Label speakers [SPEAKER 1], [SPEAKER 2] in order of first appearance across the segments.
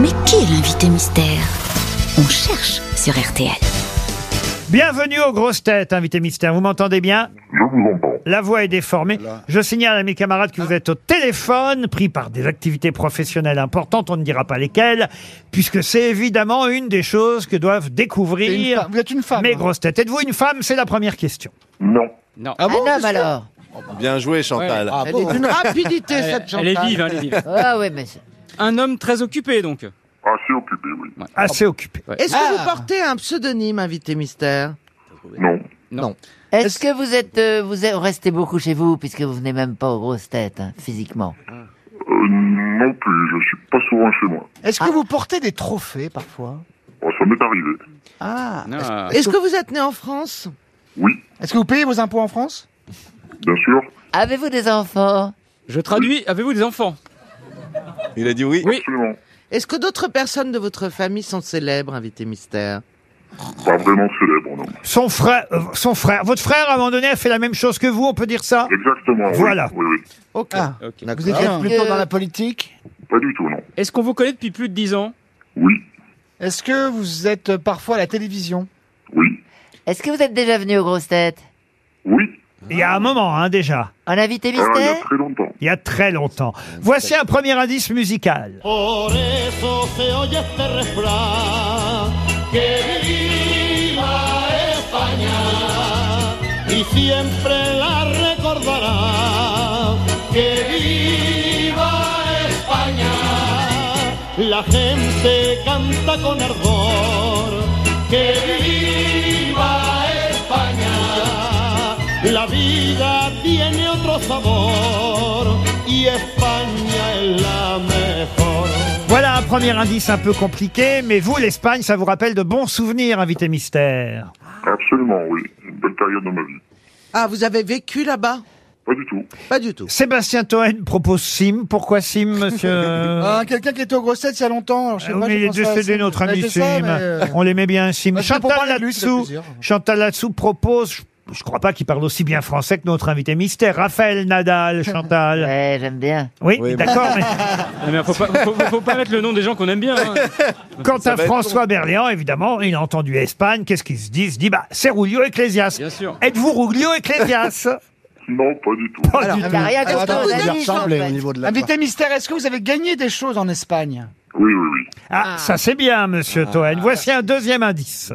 [SPEAKER 1] Mais qui est l'invité mystère On cherche sur RTL.
[SPEAKER 2] Bienvenue aux grosses têtes, invité mystère. Vous m'entendez bien
[SPEAKER 3] Je vous entends.
[SPEAKER 2] La voix est déformée. Je signale à mes camarades que vous êtes au téléphone, pris par des activités professionnelles importantes, on ne dira pas lesquelles, puisque c'est évidemment une des choses que doivent
[SPEAKER 4] T'es une
[SPEAKER 2] découvrir
[SPEAKER 4] femme. Vous êtes une femme. hein.
[SPEAKER 2] mes grosses têtes. Êtes-vous une femme C'est la première question.
[SPEAKER 3] Non.
[SPEAKER 4] Ah bon,
[SPEAKER 5] un homme
[SPEAKER 4] monsieur
[SPEAKER 5] alors
[SPEAKER 6] Bien joué, Chantal.
[SPEAKER 4] Ah bon. Elle est d'une rapidité cette chanson.
[SPEAKER 7] Elle est vive, hein, elle est vive.
[SPEAKER 5] Ah ouais, mais c'est-
[SPEAKER 7] Un homme très occupé, donc.
[SPEAKER 3] Assez occupé, ben oui.
[SPEAKER 2] Assez occupée.
[SPEAKER 8] Est-ce que
[SPEAKER 4] Ah.
[SPEAKER 8] vous portez un pseudonyme, invité mystère
[SPEAKER 3] Non.
[SPEAKER 5] Est-ce que vous êtes, euh, vous êtes- restez beaucoup chez vous puisque vous venez même pas aux grosses têtes hein, physiquement
[SPEAKER 3] Euh, non plus, je suis pas souvent chez moi.
[SPEAKER 4] Est-ce que vous portez des trophées parfois
[SPEAKER 3] Oh, ça m'est arrivé.
[SPEAKER 4] Ah.
[SPEAKER 7] Non,
[SPEAKER 4] Est-ce-
[SPEAKER 7] euh,
[SPEAKER 8] Est-ce que vous êtes né en France
[SPEAKER 3] Oui,
[SPEAKER 4] Est-ce que vous payez vos impôts en France
[SPEAKER 3] bien sûr.
[SPEAKER 5] Avez-vous des enfants
[SPEAKER 7] Je traduis, avez-vous des enfants
[SPEAKER 6] Il a dit oui.
[SPEAKER 7] Oui.
[SPEAKER 3] Absolument.
[SPEAKER 8] Est-ce que d'autres personnes de votre famille sont célèbres, invité mystère
[SPEAKER 3] Pas vraiment célèbre, non.
[SPEAKER 2] Son frère, euh, son frère, votre frère à un moment donné a fait la même chose que vous, on peut dire ça
[SPEAKER 3] Exactement. oui,
[SPEAKER 2] Voilà.
[SPEAKER 3] Oui, oui.
[SPEAKER 8] Ok.
[SPEAKER 4] Ah.
[SPEAKER 7] Ok.
[SPEAKER 4] Vous êtes
[SPEAKER 5] Ah.
[SPEAKER 4] plutôt
[SPEAKER 5] Euh,
[SPEAKER 4] dans la politique
[SPEAKER 3] Pas du tout, non.
[SPEAKER 7] Est-ce qu'on vous connaît depuis plus de 10 ans
[SPEAKER 3] Oui,
[SPEAKER 4] Est-ce que vous êtes parfois à la télévision
[SPEAKER 3] oui,
[SPEAKER 5] Est-ce que vous êtes déjà venu aux grosses têtes
[SPEAKER 3] oui.
[SPEAKER 2] Il y a un moment, hein, déjà.
[SPEAKER 5] En
[SPEAKER 3] Ah,
[SPEAKER 5] invité
[SPEAKER 3] il y a
[SPEAKER 5] mystère
[SPEAKER 3] très longtemps.
[SPEAKER 2] Il y a très longtemps. Voici un premier indice musical.
[SPEAKER 9] Por eso se oye este refrán, que viva España y siempre la recordará, que viva España. La gente canta con ardor, que viva España. La vida tiene otro sabor y España es la mejor.
[SPEAKER 2] Voilà un premier indice un peu compliqué, mais vous, l'Espagne, ça vous rappelle de bons souvenirs, invité mystère.
[SPEAKER 3] Absolument, oui. Une belle période de ma vie.
[SPEAKER 8] Ah, vous avez vécu là-bas
[SPEAKER 3] Pas du tout.
[SPEAKER 8] Pas du tout.
[SPEAKER 2] Sébastien Toen propose Sim. Pourquoi Sim, monsieur
[SPEAKER 4] Euh, Quelqu'un qui était aux grosses têtes il y a longtemps. alors je sais
[SPEAKER 2] Ah oui,
[SPEAKER 4] pas,
[SPEAKER 2] mais
[SPEAKER 4] je
[SPEAKER 2] il est
[SPEAKER 4] pense à-
[SPEAKER 2] décédé, notre
[SPEAKER 4] Ouais,
[SPEAKER 2] ami
[SPEAKER 4] c'est
[SPEAKER 2] Sim.
[SPEAKER 4] ça, mais, euh,
[SPEAKER 2] On l'aimait bien, Sim.
[SPEAKER 4] Bah, c'est pour
[SPEAKER 2] Chantal
[SPEAKER 4] parler de lui, c'est
[SPEAKER 2] Latsou.
[SPEAKER 4] plaisir.
[SPEAKER 2] Chantal Latsou propose. je- Je crois pas qu'il parle aussi bien français que notre invité mystère, Raphaël Nadal, Chantal.
[SPEAKER 5] Ouais, Eh, j'aime bien.
[SPEAKER 2] Oui,
[SPEAKER 6] Oui, mais-
[SPEAKER 2] d'accord. Mais
[SPEAKER 7] Non, Ah, mais faut pas, faut, faut pas mettre le nom des gens qu'on aime bien. hein.
[SPEAKER 2] quant
[SPEAKER 6] Ça
[SPEAKER 2] à
[SPEAKER 6] va être
[SPEAKER 2] François Berléand, évidemment, il a entendu Espagne. Qu'est-ce qu'il se dit Il se dit, bah, c'est Rulio Ecclesias.
[SPEAKER 7] Bien sûr.
[SPEAKER 2] Êtes-vous Rulio Ecclesias
[SPEAKER 3] Non, pas du tout.
[SPEAKER 2] Pas du
[SPEAKER 5] Il a rien contre
[SPEAKER 8] attends,
[SPEAKER 5] nos
[SPEAKER 8] vous avez
[SPEAKER 5] amis, en fait.
[SPEAKER 4] euh, Invité mystère, est-ce que vous avez gagné des choses en Espagne
[SPEAKER 3] Oui, oui, oui.
[SPEAKER 2] Ah, ça c'est bien, monsieur Toen. Voici un deuxième indice.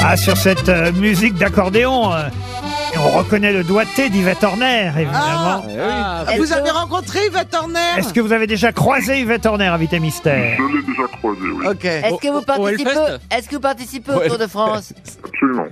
[SPEAKER 2] Ah, sur cette euh, musique d'accordéon, euh, et on reconnaît le doigté d'Yvette Horner, évidemment.
[SPEAKER 7] Ah,
[SPEAKER 8] Ah, Vous avez rencontré Yvette Horner
[SPEAKER 2] Est-ce que vous avez déjà croisé Yvette Horner, invité mystère
[SPEAKER 3] Je l'ai déjà croisé, oui.
[SPEAKER 8] Ok.
[SPEAKER 5] Est-ce que vous
[SPEAKER 7] Au- au- au
[SPEAKER 5] participez,
[SPEAKER 7] Hellfest
[SPEAKER 5] est-ce que vous participez au Tour de France
[SPEAKER 3] Absolument.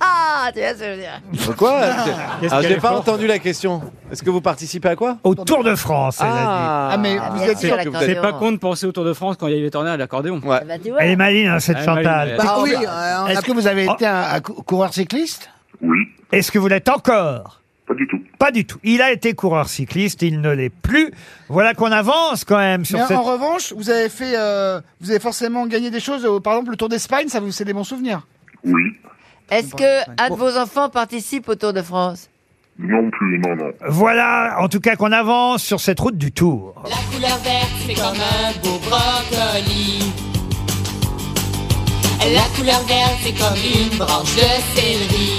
[SPEAKER 5] Ah, tu vois ce que je veux dire
[SPEAKER 6] Pourquoi
[SPEAKER 8] Bah
[SPEAKER 6] Ah,
[SPEAKER 7] qu'elle
[SPEAKER 6] j'ai
[SPEAKER 7] est
[SPEAKER 6] pas
[SPEAKER 7] forte.
[SPEAKER 6] entendu la question. Est-ce que vous participez à quoi
[SPEAKER 2] Au Tour de France, elle a dit.
[SPEAKER 4] Ah, mais
[SPEAKER 5] Ah,
[SPEAKER 4] vous
[SPEAKER 5] bien
[SPEAKER 4] êtes
[SPEAKER 5] sûr,
[SPEAKER 4] sûr
[SPEAKER 5] la
[SPEAKER 6] que vous
[SPEAKER 7] C'est
[SPEAKER 5] Cordéon.
[SPEAKER 7] pas con de penser au Tour de France quand il y a Yves Tornel à l'accordéon.
[SPEAKER 6] Ouais.
[SPEAKER 5] Ah bah, tu vois.
[SPEAKER 2] Elle est maligne, hein, cette
[SPEAKER 7] Elle est
[SPEAKER 2] Chantal.
[SPEAKER 7] maligne,
[SPEAKER 2] Bah,
[SPEAKER 8] Bah
[SPEAKER 4] Est-ce
[SPEAKER 8] oui,
[SPEAKER 4] que-
[SPEAKER 8] euh, on a-
[SPEAKER 4] Est-ce que vous avez
[SPEAKER 2] Oh.
[SPEAKER 4] été un, un cou- coureur cycliste
[SPEAKER 3] Oui,
[SPEAKER 2] Est-ce que vous l'êtes encore
[SPEAKER 3] pas du tout.
[SPEAKER 2] Pas du tout. Il a été coureur cycliste, il ne l'est plus. Voilà qu'on avance quand même sur
[SPEAKER 4] Mais
[SPEAKER 2] cette...
[SPEAKER 4] en revanche, vous avez fait, euh, vous avez forcément gagné des choses. euh, par exemple, le Tour d'Espagne, ça vous c'est des bons souvenirs.
[SPEAKER 3] Oui.
[SPEAKER 5] Est-ce que un de vos enfants participe au Tour de France
[SPEAKER 3] Non plus, non, non.
[SPEAKER 2] Voilà, en tout cas, qu'on avance sur cette route du Tour.
[SPEAKER 9] La couleur verte, c'est comme un beau brocoli. La couleur verte, c'est comme une branche de céleri.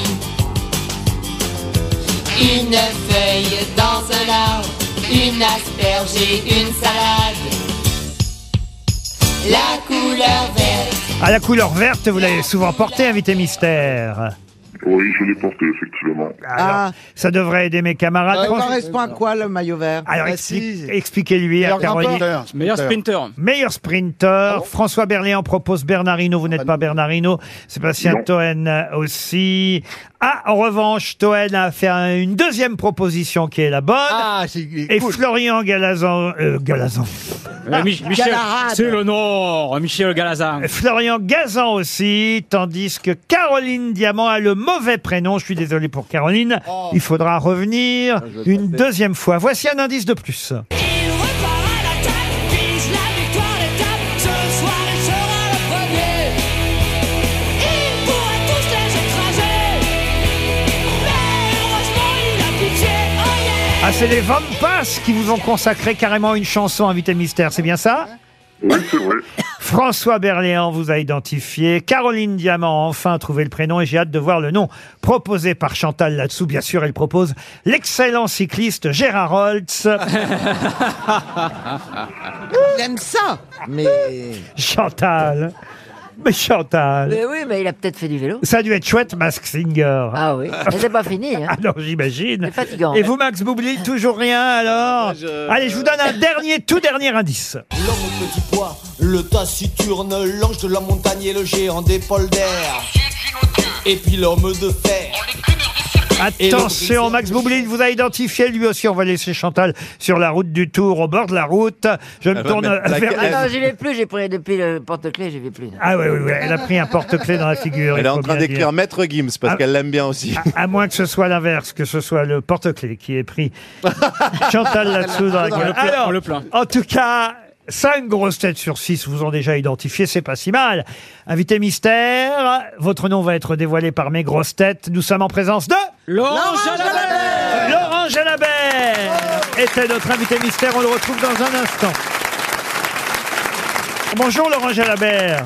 [SPEAKER 9] Une feuille dans un arbre, une asperge et une salade. La couleur verte,
[SPEAKER 2] À Ah, la couleur verte, vous l'avez souvent porté, invité mystère.
[SPEAKER 3] Oui, je l'ai porté, effectivement.
[SPEAKER 2] Alors,
[SPEAKER 8] Ah.
[SPEAKER 2] ça devrait aider mes camarades.
[SPEAKER 8] Ça
[SPEAKER 2] Trans-
[SPEAKER 8] correspond à quoi le maillot vert
[SPEAKER 2] Alors,
[SPEAKER 4] Ah,
[SPEAKER 2] expli-
[SPEAKER 4] si.
[SPEAKER 2] expliquez-lui à
[SPEAKER 4] Meilleur
[SPEAKER 2] Caroline.
[SPEAKER 4] grimpeur.
[SPEAKER 7] Meilleur sprinter.
[SPEAKER 2] Meilleur sprinter, François Berléand propose Bernardino, vous
[SPEAKER 4] Ah,
[SPEAKER 2] n'êtes pas Bernardino, Sébastien
[SPEAKER 3] Non.
[SPEAKER 2] Toen euh, aussi. Ah, en revanche, Toen a fait un- une deuxième proposition qui est la bonne.
[SPEAKER 4] Ah, c'est
[SPEAKER 2] Et Florian Galazan, euh, Galazan.
[SPEAKER 7] Euh, Mich- Michel, c'est l'honneur, Michel Galazan.
[SPEAKER 2] Florian Gazan aussi, tandis que Caroline Diamant a le mauvais prénom. Je suis désolé pour Caroline.
[SPEAKER 4] Oh.
[SPEAKER 2] Il faudra revenir
[SPEAKER 4] Ah,
[SPEAKER 2] une deuxième fois. Voici un indice de plus.
[SPEAKER 9] il repart à l'attaque, vise la victoire et tape
[SPEAKER 2] Ah, c'est les Vampas qui vous ont consacré carrément une chanson, Invité Mystère, c'est bien ça
[SPEAKER 3] Oui, c'est vrai.
[SPEAKER 2] François Berléand vous a identifié. Caroline Diamant a enfin trouvé le prénom et j'ai hâte de voir le nom proposé par Chantal là-dessous. Bien sûr, elle propose l'excellent cycliste Gérard Holtz.
[SPEAKER 8] Il aime ça Mais.
[SPEAKER 2] Chantal. Mais Chantal.
[SPEAKER 5] Mais oui, mais il a peut-être fait du vélo.
[SPEAKER 2] Ça a dû être chouette, Mask Singer.
[SPEAKER 5] Ah oui, mais c'est pas fini. hein.
[SPEAKER 2] Ah non, j'imagine.
[SPEAKER 5] C'est fatigant. hein.
[SPEAKER 2] Et vous, Max Boublil, toujours rien alors Allez, je vous donne un dernier, tout dernier indice.
[SPEAKER 10] L'homme au petit pois, le taciturne, l'ange de la montagne et le géant des
[SPEAKER 11] Ah,
[SPEAKER 10] polders. Et puis l'homme de fer.
[SPEAKER 2] Attention, Max Boublil vous a identifié lui aussi. On va laisser Chantal sur la route du Tour, au bord de la route. Je me
[SPEAKER 6] Elle va
[SPEAKER 2] tourne
[SPEAKER 6] mettre la
[SPEAKER 2] vers...
[SPEAKER 6] caisse.
[SPEAKER 5] Ah non, j'y vais plus, j'ai pris depuis le porte-clés, j'y vais plus.
[SPEAKER 2] Ah oui, oui, oui, elle a pris un porte-clés dans la figure.
[SPEAKER 6] Elle
[SPEAKER 2] il
[SPEAKER 6] est
[SPEAKER 2] faut
[SPEAKER 6] en train
[SPEAKER 2] bien dire.
[SPEAKER 6] d'écrire Maître Gims parce
[SPEAKER 2] Ah.
[SPEAKER 6] qu'elle l'aime bien aussi.
[SPEAKER 2] À, à moins que ce soit l'inverse, que ce soit le porte-clés qui ait pris Chantal là-dessous dans la
[SPEAKER 7] On le
[SPEAKER 2] gueule.
[SPEAKER 7] plaint,
[SPEAKER 2] Alors,
[SPEAKER 7] on le plaint.
[SPEAKER 2] en tout cas, cinq grosses têtes sur six vous ont déjà identifié, c'est pas si mal. Invité mystère, votre nom va être dévoilé par mes grosses têtes. Nous sommes en présence de
[SPEAKER 7] Laurent Jalabert
[SPEAKER 2] Laurent Jalabert était notre invité mystère. On le retrouve dans un instant. Bonjour Laurent Jalabert.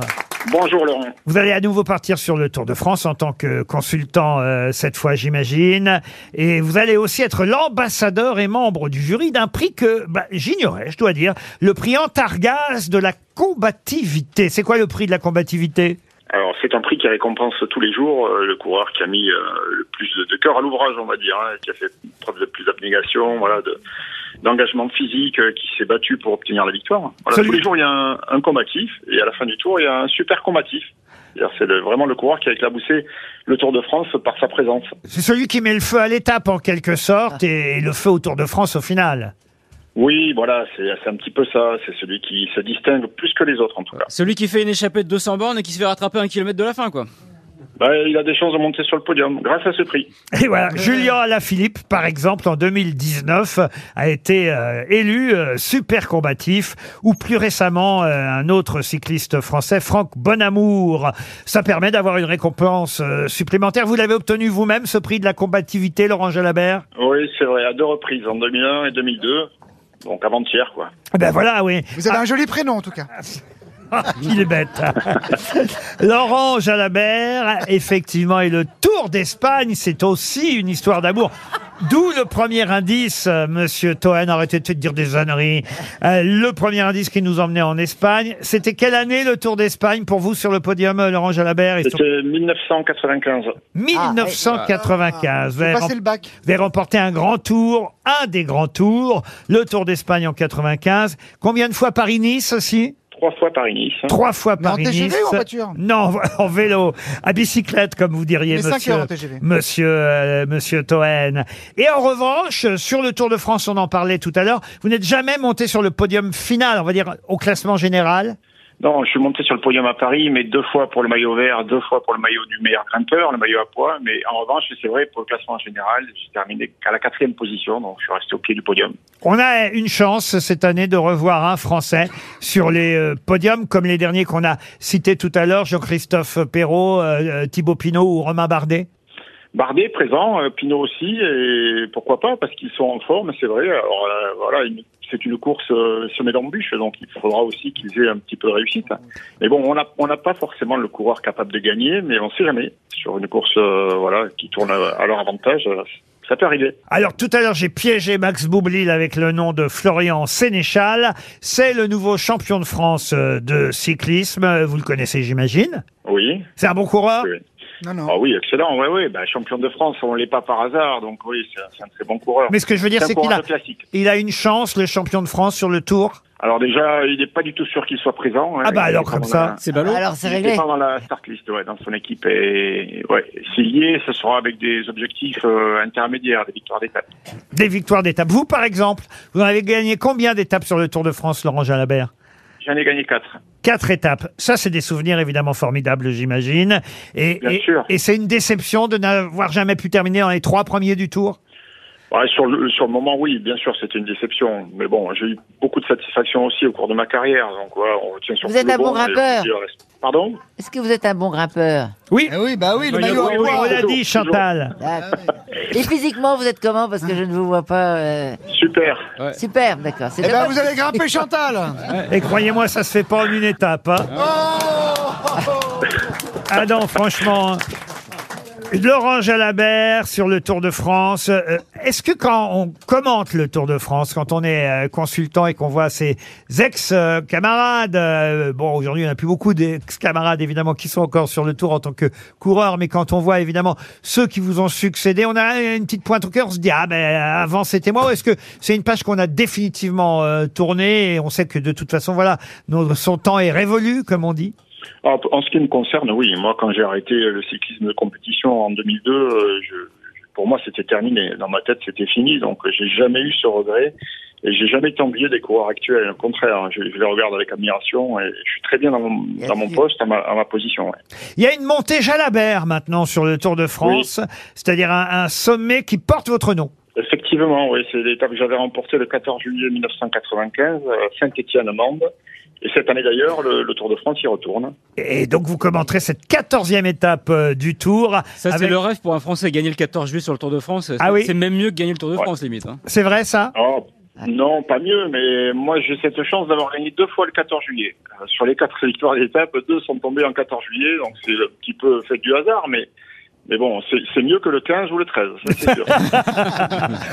[SPEAKER 11] Bonjour Laurent.
[SPEAKER 2] Vous allez à nouveau partir sur le Tour de France en tant que consultant euh, cette fois, j'imagine. Et vous allez aussi être l'ambassadeur et membre du jury d'un prix que bah, j'ignorais, je dois dire, le prix Antargaz de la combativité. C'est quoi le prix de la combativité
[SPEAKER 11] Alors c'est un prix qui récompense tous les jours euh, le coureur qui a mis euh, le plus de, de cœur à l'ouvrage, on va dire, hein, qui a fait preuve de plus d'abnégation, voilà, de- d'engagement physique, euh, qui s'est battu pour obtenir la victoire. Voilà,
[SPEAKER 2] Celui-
[SPEAKER 11] tous les jours il y a un, un combatif et à la fin du tour il y a un super combatif. C'est-à-dire, C'est le- vraiment le coureur qui a éclaboussé le Tour de France par sa présence.
[SPEAKER 2] C'est celui qui met le feu à l'étape en quelque sorte et, et le feu au Tour de France au final.
[SPEAKER 11] Oui, voilà, c'est c'est un petit peu ça. C'est celui qui se distingue plus que les autres en tout cas.
[SPEAKER 7] Celui qui fait une échappée de 200 bornes et qui se fait rattraper un kilomètre de la fin, quoi.
[SPEAKER 11] Bah, il a des chances de monter sur le podium grâce à ce prix.
[SPEAKER 2] Et voilà, Julien Alaphilippe, par exemple, en 2019, a été euh, élu euh, super combatif, ou plus récemment, euh, un autre cycliste français, Franck Bonamour. Ça permet d'avoir une récompense euh, supplémentaire. Vous l'avez obtenu vous-même, ce prix de la combativité, Laurent Jalabert
[SPEAKER 11] Oui, c'est vrai, à deux reprises, en 2001 et 2002. Donc avant-hier, quoi.
[SPEAKER 2] Eh Ben voilà, oui.
[SPEAKER 4] Vous avez un joli prénom en tout cas.
[SPEAKER 2] Il est bête. Laurent Jalabert, effectivement, et le Tour d'Espagne, c'est aussi une histoire d'amour. D'où le premier indice, euh, monsieur Toen, arrêtez de dire des âneries. Euh, le premier indice qui nous emmenait en Espagne, c'était quelle année le Tour d'Espagne pour vous sur le podium, euh, Laurent Jalabert et sur-
[SPEAKER 11] C'était 1995.
[SPEAKER 2] 1995. Vous avez
[SPEAKER 4] Passez le bac.
[SPEAKER 2] vous avez remporté un grand tour, un des grands tours, le Tour d'Espagne en 95. Combien de fois Paris-Nice aussi
[SPEAKER 11] Trois fois hein. Paris-Nice.
[SPEAKER 2] Trois fois
[SPEAKER 4] Mais en
[SPEAKER 2] Paris-Nice.
[SPEAKER 4] TGV ou en voiture
[SPEAKER 2] Non, en vélo, à bicyclette comme vous diriez,
[SPEAKER 4] Mais cinq
[SPEAKER 2] monsieur.
[SPEAKER 4] heures en TGV.
[SPEAKER 2] Monsieur, euh, monsieur Toen. Et en revanche, sur le Tour de France, on en parlait tout à l'heure. Vous n'êtes jamais monté sur le podium final, on va dire au classement général.
[SPEAKER 11] Non, je suis monté sur le podium à Paris, mais deux fois pour le maillot vert, deux fois pour le maillot du meilleur grimpeur, le maillot à poids. Mais en revanche, c'est vrai, pour le classement général, j'ai terminé à la quatrième position, donc je suis resté au pied du podium.
[SPEAKER 2] On a une chance cette année de revoir un Français sur les euh, podiums, comme les derniers qu'on a cités tout à l'heure Jean-Christophe Perrault, euh, euh, Thibaut Pinot ou Romain Bardet.
[SPEAKER 11] Bardet présent, euh, Pinot aussi, et pourquoi pas, parce qu'ils sont en forme, c'est vrai. Alors euh, voilà, une- c'est une course euh, semée d'embûches, donc il faudra aussi qu'ils aient un petit peu de réussite. Mais bon, on n'a on n'a pas forcément le coureur capable de gagner, mais on ne sait jamais. Sur une course euh, voilà, qui tourne à à leur avantage, euh, ça peut arriver.
[SPEAKER 2] Alors tout à l'heure, j'ai piégé Max Boublil avec le nom de Florian Sénéchal. C'est le nouveau champion de France euh, de cyclisme. Euh, Vous le connaissez, j'imagine.
[SPEAKER 11] Oui,
[SPEAKER 2] C'est un bon coureur.
[SPEAKER 11] oui.
[SPEAKER 4] Non, non.
[SPEAKER 11] Ah oui, excellent, ouais, ouais. Bah, champion de France, on l'est pas par hasard, donc oui, c'est un- c'est un très bon coureur.
[SPEAKER 2] Mais ce que je veux dire,
[SPEAKER 11] C'est
[SPEAKER 2] c'est
[SPEAKER 11] un
[SPEAKER 2] qu'il a,
[SPEAKER 11] coureur de classique.
[SPEAKER 2] il a une chance, le champion de France sur le Tour.
[SPEAKER 11] Alors déjà, il n'est pas du tout sûr qu'il soit présent. hein.
[SPEAKER 2] Ah bah
[SPEAKER 11] Il est
[SPEAKER 2] alors,
[SPEAKER 11] pas
[SPEAKER 2] comme
[SPEAKER 11] dans
[SPEAKER 2] ça,
[SPEAKER 11] la-
[SPEAKER 7] C'est ballot.
[SPEAKER 5] Alors Ah, c'est
[SPEAKER 11] Il était
[SPEAKER 5] réglé.
[SPEAKER 11] pas dans la start list, ouais, dans son équipe. Et ouais, s'il y est, ce sera avec des objectifs euh, intermédiaires, des victoires d'étape.
[SPEAKER 2] Des victoires d'étape. Vous, par exemple, vous en avez gagné combien d'étapes sur le Tour de France, Laurent Jalabert
[SPEAKER 11] J'en ai gagné quatre.
[SPEAKER 2] Quatre étapes. Ça, c'est des souvenirs évidemment formidables, j'imagine. Et,
[SPEAKER 11] Bien
[SPEAKER 2] et-
[SPEAKER 11] sûr.
[SPEAKER 2] et c'est une déception de n'avoir jamais pu terminer dans les trois premiers du Tour.
[SPEAKER 11] Ouais, sur, le, sur le moment, oui, bien sûr, c'était une déception. Mais bon, j'ai eu beaucoup de satisfaction aussi au cours de ma carrière. Donc, ouais, on retient sur
[SPEAKER 5] Vous
[SPEAKER 11] tout
[SPEAKER 5] êtes
[SPEAKER 11] le
[SPEAKER 5] un bon
[SPEAKER 11] et on
[SPEAKER 5] rappeur.
[SPEAKER 11] dit le reste. Pardon
[SPEAKER 5] Est-ce que vous êtes un bon grimpeur
[SPEAKER 2] Oui.
[SPEAKER 4] oui, bah oui,
[SPEAKER 5] le maillot à poids.
[SPEAKER 2] on l'a dit, Chantal.
[SPEAKER 8] Ah
[SPEAKER 5] Et physiquement, vous êtes comment Parce que je ne vous vois pas. euh,
[SPEAKER 11] Super.
[SPEAKER 5] Super, d'accord. C'est
[SPEAKER 4] Eh ben,
[SPEAKER 5] dommage.
[SPEAKER 4] vous allez grimper, Chantal
[SPEAKER 2] Et croyez-moi, ça se fait pas en une étape. hein. Ah non, franchement. Laurent Jalabert sur le Tour de France. Euh, Est-ce que quand on commente le Tour de France, quand on est euh, consultant et qu'on voit ses ex-camarades, euh, bon aujourd'hui il n'y en a plus beaucoup d'ex-camarades évidemment qui sont encore sur le Tour en tant que coureurs, mais quand on voit évidemment ceux qui vous ont succédé, on a une petite pointe au cœur, on se dit ah ben avant c'était moi. Ou Est-ce que c'est une page qu'on a définitivement euh, tournée et on sait que de toute façon voilà nos- son temps est révolu comme on dit.
[SPEAKER 11] Ah, En ce qui me concerne, oui. Moi, quand j'ai arrêté le cyclisme de compétition en 2002, euh, je, je- pour moi, c'était terminé. Dans ma tête, c'était fini. Donc, euh, j'ai jamais eu ce regret. Et j'ai jamais été envié des coureurs actuels. Au contraire, je, je les regarde avec admiration et je suis très bien dans mon, dans mon poste, à ma, à ma position. ouais.
[SPEAKER 2] Il y a une montée Jalabert maintenant sur le Tour de France, c'est-à-dire un, un sommet qui porte votre nom.
[SPEAKER 11] Effectivement, oui, c'est l'étape que j'avais remportée le 14 juillet 1995 à euh, Saint-Étienne-Mende. Et cette année d'ailleurs, le, le Tour de France y retourne.
[SPEAKER 2] Et donc vous commenterez cette quatorzième étape euh, du Tour.
[SPEAKER 7] Ça, c'est
[SPEAKER 2] avec-
[SPEAKER 7] le rêve pour un Français, gagner le 14 juillet sur le Tour de France. c'est-
[SPEAKER 2] Ah oui.
[SPEAKER 7] C'est même mieux que gagner le Tour de France, limite. hein.
[SPEAKER 2] C'est vrai ça
[SPEAKER 11] Oh, non, pas mieux, mais moi j'ai cette chance d'avoir gagné deux fois le 14 juillet. Euh, Sur les quatre victoires d'étape, deux sont tombées en 14 juillet, donc c'est un petit peu fait du hasard, mais, mais bon, c'est c'est mieux que le 15 ou le 13, ça, c'est sûr.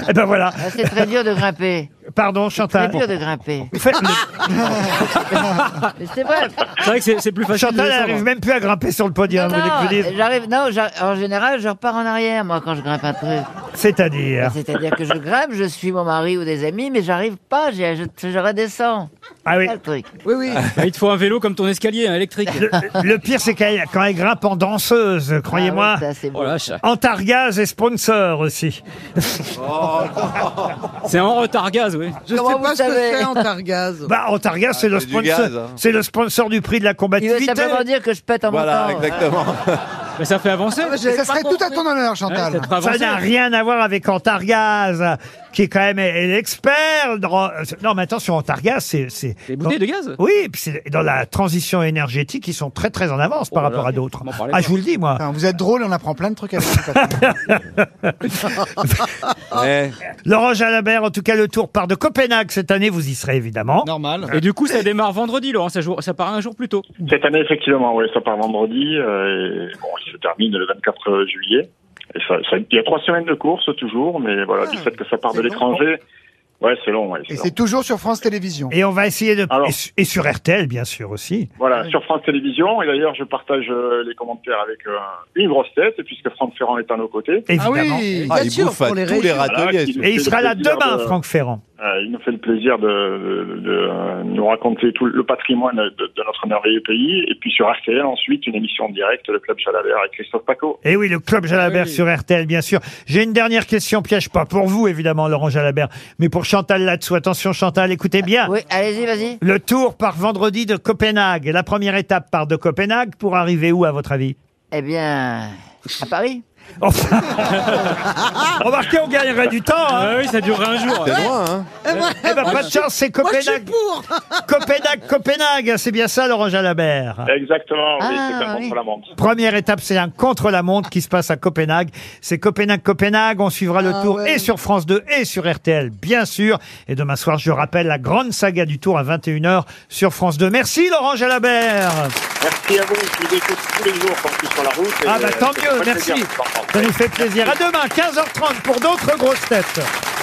[SPEAKER 2] Eh ben voilà.
[SPEAKER 5] Ah, C'est très dur de grimper.
[SPEAKER 2] Pardon, Chantal.
[SPEAKER 5] C'est dur de Ah, grimper.
[SPEAKER 2] Faites le-
[SPEAKER 8] Ah.
[SPEAKER 5] Mais c'est vrai.
[SPEAKER 7] C'est vrai que c'est- c'est plus facile. de
[SPEAKER 2] Chantal elle
[SPEAKER 7] descendre.
[SPEAKER 2] n'arrive même plus à grimper sur le podium. vous voulez que je vous dise
[SPEAKER 5] Non, j'arrive. Non, j'ar- en général, je repars en arrière moi quand je grimpe un truc.
[SPEAKER 2] C'est-à-dire
[SPEAKER 5] C'est-à-dire que je grimpe, je suis mon mari ou des amis, mais j'arrive pas, j'ai- je, je redescends.
[SPEAKER 2] Ah oui.
[SPEAKER 5] C'est ça, le truc.
[SPEAKER 7] Oui, oui. il te faut un vélo comme ton escalier, un électrique.
[SPEAKER 2] Le, le pire, c'est qu'elle- quand elle grimpe en danseuse, croyez-moi.
[SPEAKER 5] Ah oui, ça, c'est beau.
[SPEAKER 7] Oh la vache.
[SPEAKER 2] Antargaz est sponsor aussi.
[SPEAKER 7] C'est en retard gaz, oui.
[SPEAKER 8] Je
[SPEAKER 5] Comment
[SPEAKER 8] sais
[SPEAKER 5] vous
[SPEAKER 8] pas ce que
[SPEAKER 5] savez
[SPEAKER 8] c'est en targaz.
[SPEAKER 2] Bah, Antargaz, c'est le
[SPEAKER 6] c'est du
[SPEAKER 2] sponsor.
[SPEAKER 6] gaz, hein.
[SPEAKER 2] C'est le sponsor du prix de la
[SPEAKER 5] Il veut
[SPEAKER 2] combativité.
[SPEAKER 5] simplement dire que je pète en
[SPEAKER 6] Voilà,
[SPEAKER 5] montant.
[SPEAKER 6] exactement.
[SPEAKER 7] Mais ça fait avancer.
[SPEAKER 8] Ah, mais
[SPEAKER 4] Et
[SPEAKER 8] j'avais
[SPEAKER 4] ça
[SPEAKER 8] pas
[SPEAKER 4] serait tout à
[SPEAKER 8] compris.
[SPEAKER 4] ton honneur,
[SPEAKER 7] Ouais,
[SPEAKER 4] Chantal.
[SPEAKER 7] ça euh, te fait
[SPEAKER 2] Ça
[SPEAKER 7] avancer.
[SPEAKER 2] n'a rien à voir avec Antargaz, qui est quand même est l'expert. dans- euh, Non, mais attention, Antargaz, c'est. c'est-
[SPEAKER 7] Des bouteilles de gaz
[SPEAKER 2] Oui, et puis c'est dans la transition énergétique, ils sont très très en avance par
[SPEAKER 7] Oh là
[SPEAKER 2] rapport
[SPEAKER 7] là,
[SPEAKER 2] à d'autres.
[SPEAKER 7] m'en parlez
[SPEAKER 2] Ah,
[SPEAKER 7] pas.
[SPEAKER 2] je vous le dis, moi.
[SPEAKER 4] Enfin, vous êtes drôle, on apprend plein de trucs avec vous, Patrick.
[SPEAKER 8] Oh.
[SPEAKER 6] Ouais.
[SPEAKER 2] Laurent Jalabert, en tout cas, le tour part de Copenhague cette année, vous y serez évidemment.
[SPEAKER 4] Normal.
[SPEAKER 7] Et du coup, ça démarre vendredi, Laurent. Ça, joue- ça part un jour plus tôt.
[SPEAKER 11] Cette année, effectivement, ouais, ça part vendredi, euh, et bon, il se termine le 24 juillet. Et ça, ça- il y a trois semaines de course toujours, mais voilà, du fait que ça part de
[SPEAKER 4] Ah, c'est long.
[SPEAKER 11] l'étranger, ouais, c'est long. Ouais, c'est
[SPEAKER 4] Et
[SPEAKER 11] long.
[SPEAKER 4] c'est toujours sur France Télévisions.
[SPEAKER 2] Et on va essayer de.
[SPEAKER 11] Alors.
[SPEAKER 2] et su- Et sur RTL, bien sûr aussi.
[SPEAKER 11] Voilà, sur France Télévisions. Et d'ailleurs, je partage euh, les commentaires avec euh, une grosse tête, puisque Franck Ferrand est à nos côtés.
[SPEAKER 4] Ah
[SPEAKER 2] Évidemment.
[SPEAKER 4] oui
[SPEAKER 6] Ah,
[SPEAKER 8] Bien
[SPEAKER 6] il
[SPEAKER 8] sûr,
[SPEAKER 6] bouffe à tous
[SPEAKER 8] pour les
[SPEAKER 6] les
[SPEAKER 8] régions.
[SPEAKER 6] râteliers.
[SPEAKER 11] Voilà, qui-
[SPEAKER 2] Ah, Et il sera là
[SPEAKER 11] Le plaisir
[SPEAKER 2] demain,
[SPEAKER 11] de-
[SPEAKER 2] Franck Ferrand.
[SPEAKER 11] Euh, il nous fait le plaisir de, de- de nous raconter tout le patrimoine de, de notre merveilleux pays. Et puis sur RTL, ensuite, une émission en direct, le Club Chalabert avec Christophe Paco.
[SPEAKER 2] Et Eh oui, le club Jalabert
[SPEAKER 7] Ah oui.
[SPEAKER 2] sur RTL, bien sûr. J'ai une dernière question piège, pas pour vous, évidemment, Laurent Jalabert, mais pour Chantal Latsou. Attention, Chantal, écoutez bien.
[SPEAKER 5] Oui, allez-y, vas-y.
[SPEAKER 2] Le tour part vendredi de Copenhague. La première étape part de Copenhague pour arriver où, à votre avis
[SPEAKER 5] Eh bien, à Paris.
[SPEAKER 2] Enfin, Remarquez, on gagnerait du temps. hein.
[SPEAKER 7] Ah oui, ça durerait un jour.
[SPEAKER 6] C'est loin, hein
[SPEAKER 2] Eh ben, pas de chance, c'est Copenhague. Copenhague, Copenhague, hein, c'est bien ça, Laurent Jalabert.
[SPEAKER 11] Exactement, oui,
[SPEAKER 5] Ah,
[SPEAKER 11] c'est un
[SPEAKER 5] oui.
[SPEAKER 11] contre-la-montre.
[SPEAKER 2] Première étape, c'est un contre-la-montre qui se passe à Copenhague. C'est Copenhague-Copenhague. On suivra le
[SPEAKER 8] Ah
[SPEAKER 2] tour
[SPEAKER 8] ouais.
[SPEAKER 2] et sur France 2 et sur RTL, bien sûr. Et demain soir, je rappelle la grande saga du tour à 21h sur France 2. Merci Laurent Jalabert.
[SPEAKER 11] Merci à vous, je vous écoute tous les jours quand je suis sur la route. et,
[SPEAKER 2] Ah bah
[SPEAKER 11] euh,
[SPEAKER 2] tant
[SPEAKER 11] ça me
[SPEAKER 2] mieux,
[SPEAKER 11] fait plaisir
[SPEAKER 2] merci.
[SPEAKER 11] de vous entendre.
[SPEAKER 2] Ça nous fait plaisir. À demain, 15h30 pour d'autres grosses têtes.